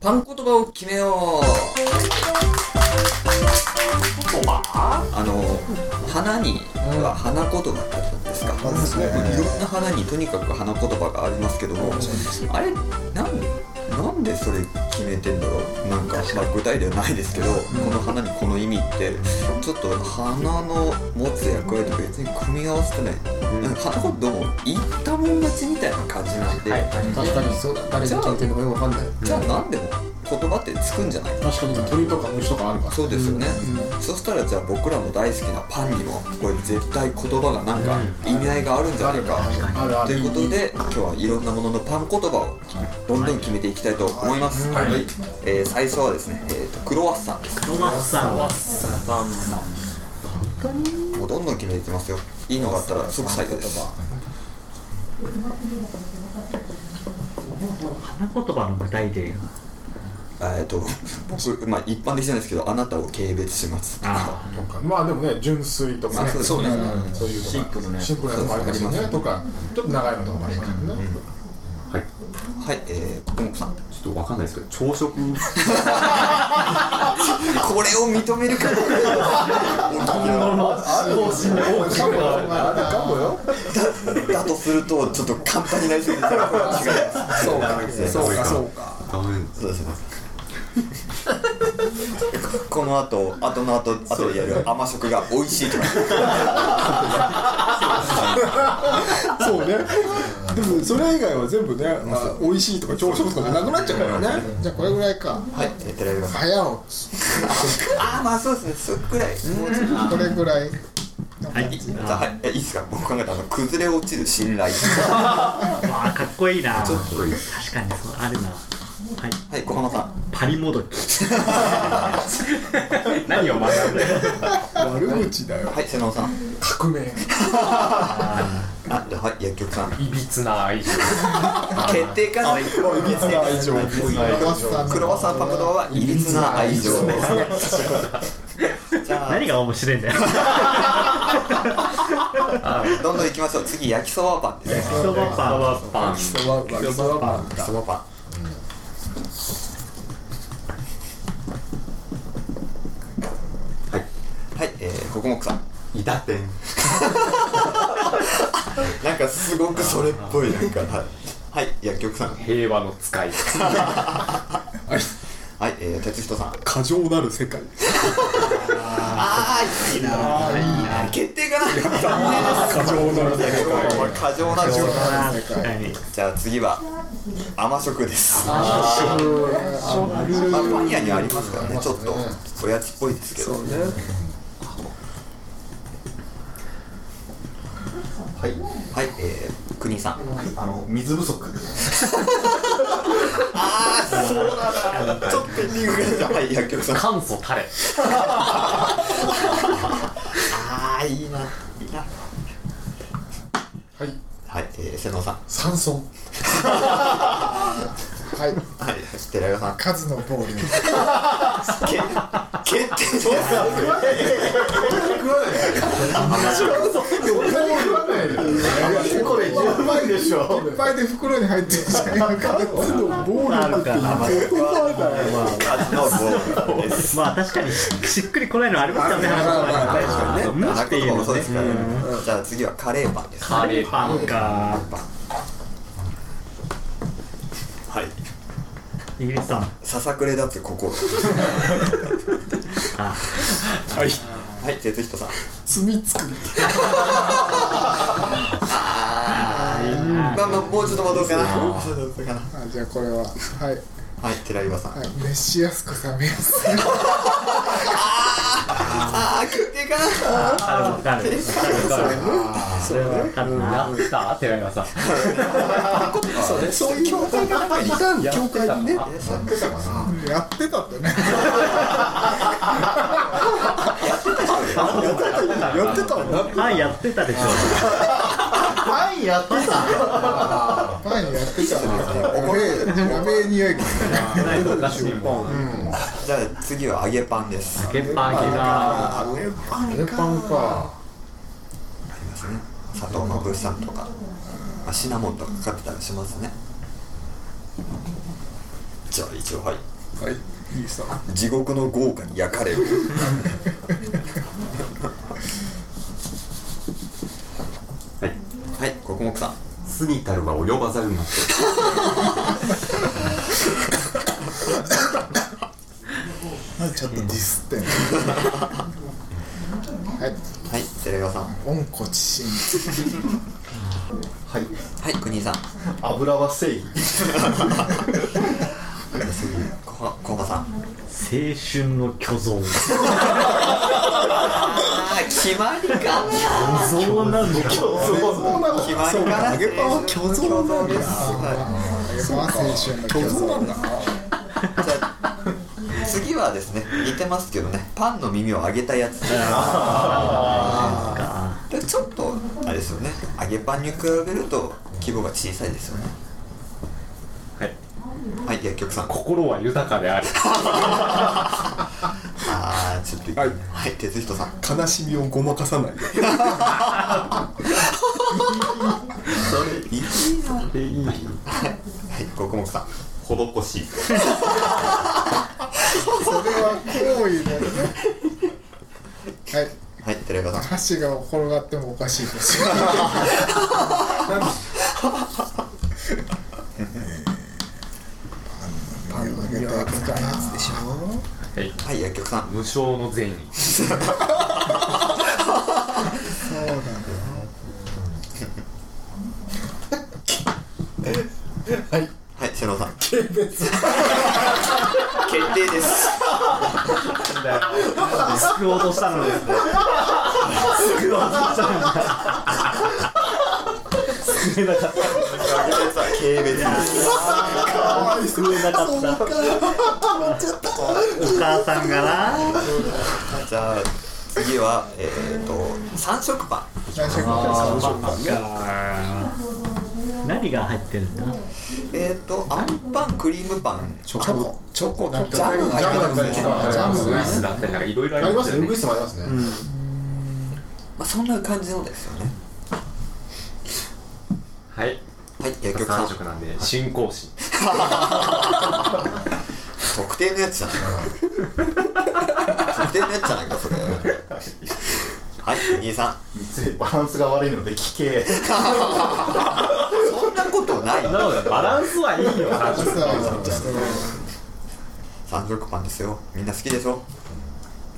パン言葉を決めようおばああの、花には花言葉だったんですか、うんすごくいろんな花にとにかく花言葉がありますけども、あれなんなんでそれ決めてんだろうなんか、まあ、具体例はないですけど、この花にこの意味ってちょっと花の持つ役割と別に組み合わせてない、なんか花言葉も言ったもん勝ちみたいな感じなんで、確かにそうだ誰が聞いてるのかよくわかんないじゃあ何でも言葉ってつくんじゃないか確かに今鳥とか虫とかあるからそうですよね、そしたらじゃあ僕らの大好きなパンにもこれ絶対言葉がなんか意味合いがあるんじゃないか、あるあとるいうことで今日はいろんなもののパン言葉をどんどん決めていきたいと思います、はいえー最初はですね、えー、とクロワッサンですロマッサンロマッサンもうどんどん決めていきますよいいのがあったら即採用です花言葉の具体例があーえっ、と僕、まあ、一般的じゃないですけどあなたを軽蔑しますあとかまあでもね純粋とかねあそうですねんそういうとかシンプルなやつシンプルなやつもありますよねとかちょっと長いのとかもありますよねはい、ちはいえー、国本さんょっとわかんないですけど、朝食、これを認めるかどうかあれかもよだとするとちょっと簡単になりそうです違いますそうかそうか、そうか、ダメです。そうですねこの後後の後後でやる甘食が美味しいとかそうね。でもそれ以外は全部ね、あ美味しいとか朝食とかじゃなくなっちゃうからね。じゃあこれぐらいかはいえ寺山さん早おああまあそうですねそっくらいもうちょっとこれぐらいはいじゃあはいえいいっすか僕考えたあの崩れ落ちる信頼ああかっこいいな確これかにそうあるなはいはい小浜さんパリ もどき何を学んだよ悪口だよはい瀬野さん革命あじゃあはい薬局さんいびつな愛情決定かないつな愛情クロワッサンパクドアはいびつな愛情じゃあ何が面白いんだよどんどん行きましょう次焼きそばパンですねそばパンパン、そばパンはい、はいえー国木さんいたてん、 なんかすごくそれっぽいなんかはい、はい、薬局さん平和の 使いはい、えー、哲人さん過剰なる世界。ああいいな決定かな 過剰なる世界。過剰な情報はいじゃあ次は甘食です甘食まあパン屋にはありますからねちょっとおやつっぽいですけどはいはいえー、国井さんあの水不 足ちょっとエンディングがはい薬局さん簡素たれああいいないいなはいはい、えー、瀬野さん三尊はいはい寺山さん数の暴力決定ですお金食わないよこれ10倍でしょいっぱいで袋に入ってるじゃないかの暴力って言ってまあ、そうです。まあ確かにししっくりこないのありますよね話がね無っていうのねからね。じゃあ次はカレーパンです。カレーパンかはい。イギリスさんささくれだってここ。はい。はい、哲人さん。罪作りまあまあ、もうちょっと戻るかな。もうちょっと戻るかな。あじゃあこれははいはい、寺岩さん。あはい熱しやすく冷めやすいあ、決定かあるわかるわかるそれはわかるななった寺山さんそういう教会が一旦教会にねやってたってねやってたんだパンやってたでしょパンやってたパンやってたんだやべえやべえ匂いがないとおかしいもんじゃあ次は揚げパンです。揚げパン揚げだ揚げパン揚げパンかですね。砂糖の物産とか、まあ、シナモンとかかかってたりしますね。じゃあ一応はいはいいいさ地獄の豪華に焼かれるはいはい国木さんスニタルは及ばざるなしなんでちょっとディスってんのはいはい寺川さん温故知新はいはい国井さん油は正 義こ小馬さん 春の巨像ああ決まりか巨像なんだそうなの決まりかなげパンは巨像なんだはそうか青春の巨像なんだいじゃあ次はですね似てますけどねパンの耳を上げたやつでちょっとあれですよね揚げパンに比べると規模が小さいですよねはいはい薬局さん心は豊かであるあーちょっとはいはい哲人さん悲しみをごまかさないそれいいなはい国木さん施しそれは行為だよねはいはい寺川さん箸が転がってもおかしいです パンの上げたやつかなでしょはい薬局さん無償の善意そうだねはい瀬野さん決定です救おうとしたのですね救おうとしたのに救えなかった軽蔑です救えなかったお母さんがなじゃあ次はえっと三色パ最初から三色パンね何が入ってるんだンえっとあんパンクリームパンチョコチョコだってジャム入ってますねジャムウがイスだったりなんかいろいろあありりまますすよねねウグイスもありますね、まあそんな感じのですよねはいはい薬局さ三ん色なんで信仰心特定のやつじゃないか特定のやつじゃないかそれはい国井さん失礼バランスが悪いので危険そんなことないなのでバランスはいいよ三色三色パンですよみんな好きでしょ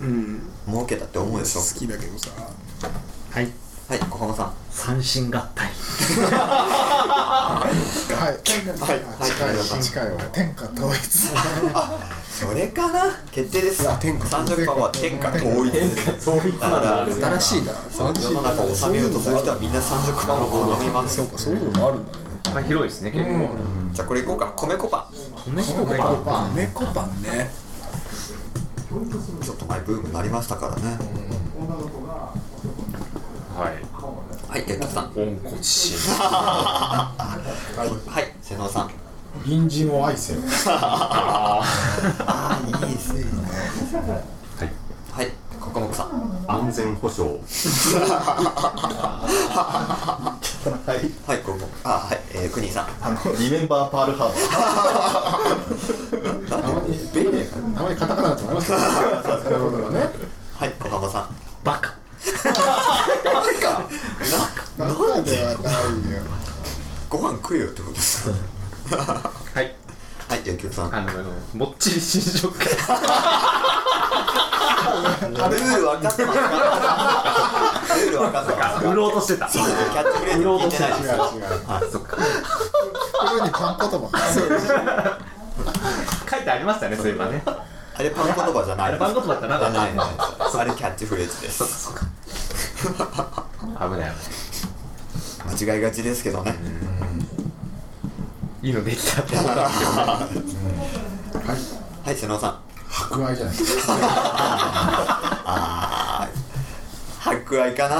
うん儲けたって思うでしょ好きだけどさはいはい小浜さん三振合体はい天下はい近いわ近いわ天下統一それかな決定です天下三色パンは天下統一ですだから新しいな三世の中を治めようとする人はみんな三色パンを好みますそうかそういうのもあるんだねまあ広いですね結構じゃあこれいこうか米粉パ猫パン猫パンねンちょっと前ブームになりましたからねはいはい薬局さん温故知新はい瀬能さん隣人を愛せよああいいですねはいはい国木さん安全保障はいはい国木あはいえー国井さんあのリメンバーパールハーバーなんで便利やからあまりカタカナだと思いますけどなるほどねはい小浜さんバカバカではないよご飯食えよってことですかはいはい薬局さんあのもっちり新食感ルール分かってますかルール分かってます売ろうとしてたキャッチフレーズ聞いてないです違う違うあそっか袋にパン言葉そう書いてありましたねそういえばねあれパン言葉じゃなあいれ番号とかってなかっなたいないあれキャッチフレーズです危ない危ない間違いがちですけどねいいのできたって思ったんですけどはい瀬能さん博愛じゃないですか博愛かな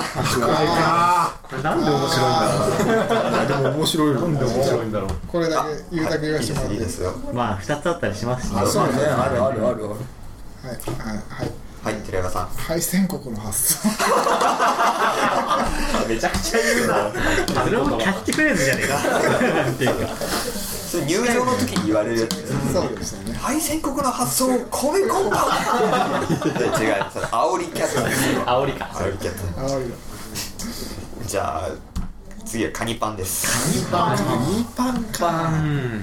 これなんで面白いんだろうでも面白いよね面白いんだろうこれだけ言うだけ言わせてもらっいいてですよまあ二つあったりしますしねそうねあるあるあるあるはいはいはいはい寺山さん敗戦国の発想めちゃくちゃ言うなそれもキャッチフレーズじゃねえかっていうかそれ入場の時に言われるやつそうですよね敗戦国の発想を込め込んだ違うそれ煽りキャットですよ煽りか煽りキャットあいいよじゃあ次はカニパンですミパンかうん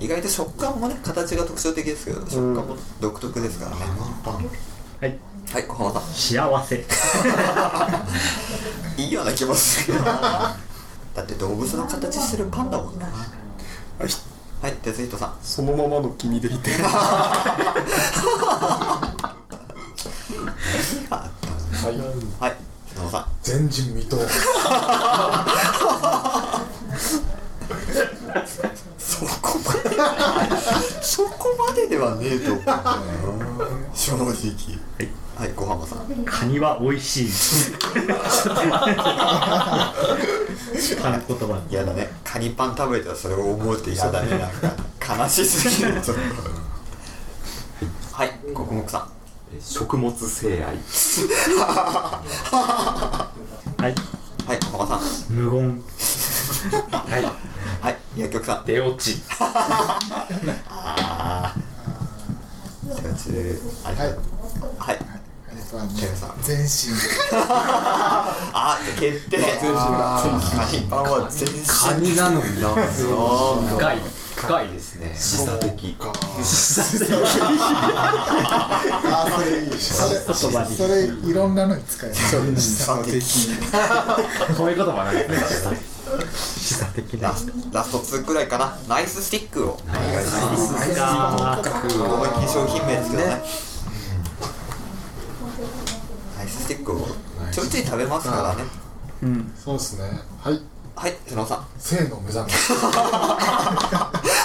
意外と食感もね形が特徴的ですけど食感も独特ですからねはいはい小浜さ幸せんいいような気もするけどだって動物の形してるパンだもんなはいはい哲人さんそのままの君でいてはい小浜さん前人未到そこまでそこまでではねえと思うな正直はい小浜さんカニは美味しいあの言葉に嫌だねカニパン食べたらそれを思うって嫌だねなんか悲しすぎるちょっとはい国木さん食物性愛はいはい小浜さん無言はいはい薬局さん出落ち手打ちではいはい手打ちさん全身あーって決定カニパンは全身カニなのにな深い深いですね示唆的あそれいいそれ言葉にそれいろんなのに使える示唆的そういう言葉なんですね示唆的なラスラスト2くらいかなナイススティックをお願いします思いっきり商品名ですけどねナイススティックをちょいちょい食べますからねそうですねはいはい瀬野さん性の目覚め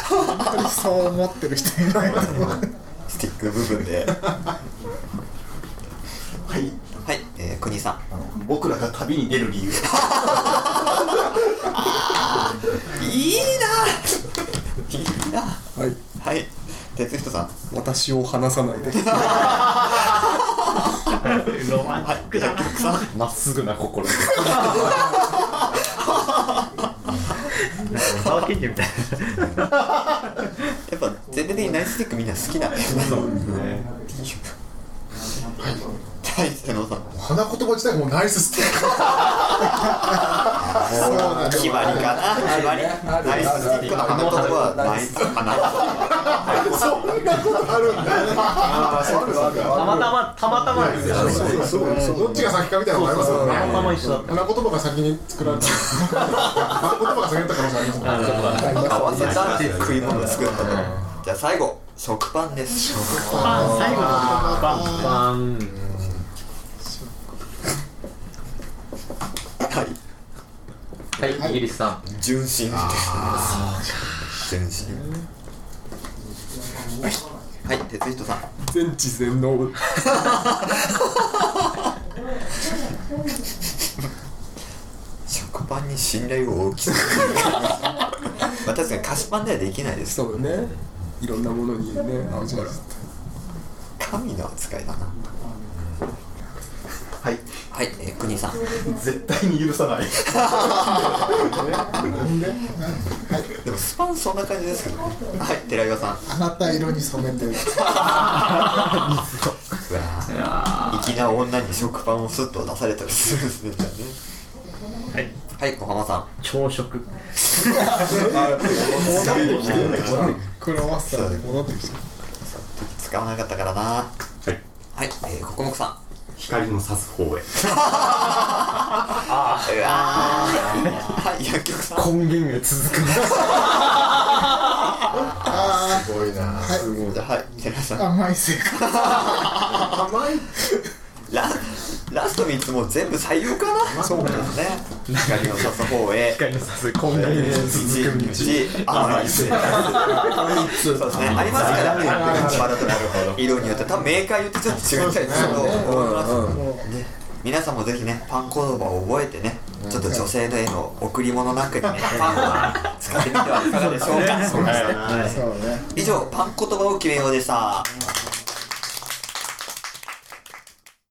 本当にそう思ってる人いないと思うスティック部分ではいはい、えー、国井さん僕らが旅に出る理 由いいないいなはいはい哲人さん私を離さないでロマンチックだまっすぐな心沢健二みたいやっぱ全体的にナイススティックみんな好きなんだよねそうですねはい瀬野さん花言葉自体もうナイスステー決まりかな決まりナイススティックの花言葉はナイス花なたまたまたまたまですよキそうそうどっちが先かみたいなのもありますよねたまたま一緒だった花言葉が先に作られた 花言葉が先にった可能性ありますもんね合わせたって食い物を作ったとじゃあ最後食パンですパン最後のパンパンはいはいイギリスさん純真純真はい哲人さん全知全能食パンに信頼を大きくまあ確かに菓子パンではできないですそうだねいろんなものにね合うから神の扱いだなはいはい、えー、国さん絶対に許さない でもスパンそんな感じですけどねはい寺岩さんあなた色に染めて粋な女に食パンをスッと出されたりするんですねじゃあねはい、小浜さん朝食クロワッサンで戻ってきて使わなかったからなははいい、えー、ここもくさん光の差す 方へうわーはい、薬局さん根源が続くあすごいなじゃあ、はい、寺岩さんあ甘い生活ララスト3つも全部採用かなそうですね光の差す方へ光のさすこんなに続く道甘いせそうですねありますからねバラとか色によって多分メーカー言ってちょっと違ったりすると思いますね皆さんもぜひねパン言葉を覚えてねちょっと女性への贈り物なんかにねパンは使ってみてはいかがでしょうかそうね以上パン言葉を決めようでした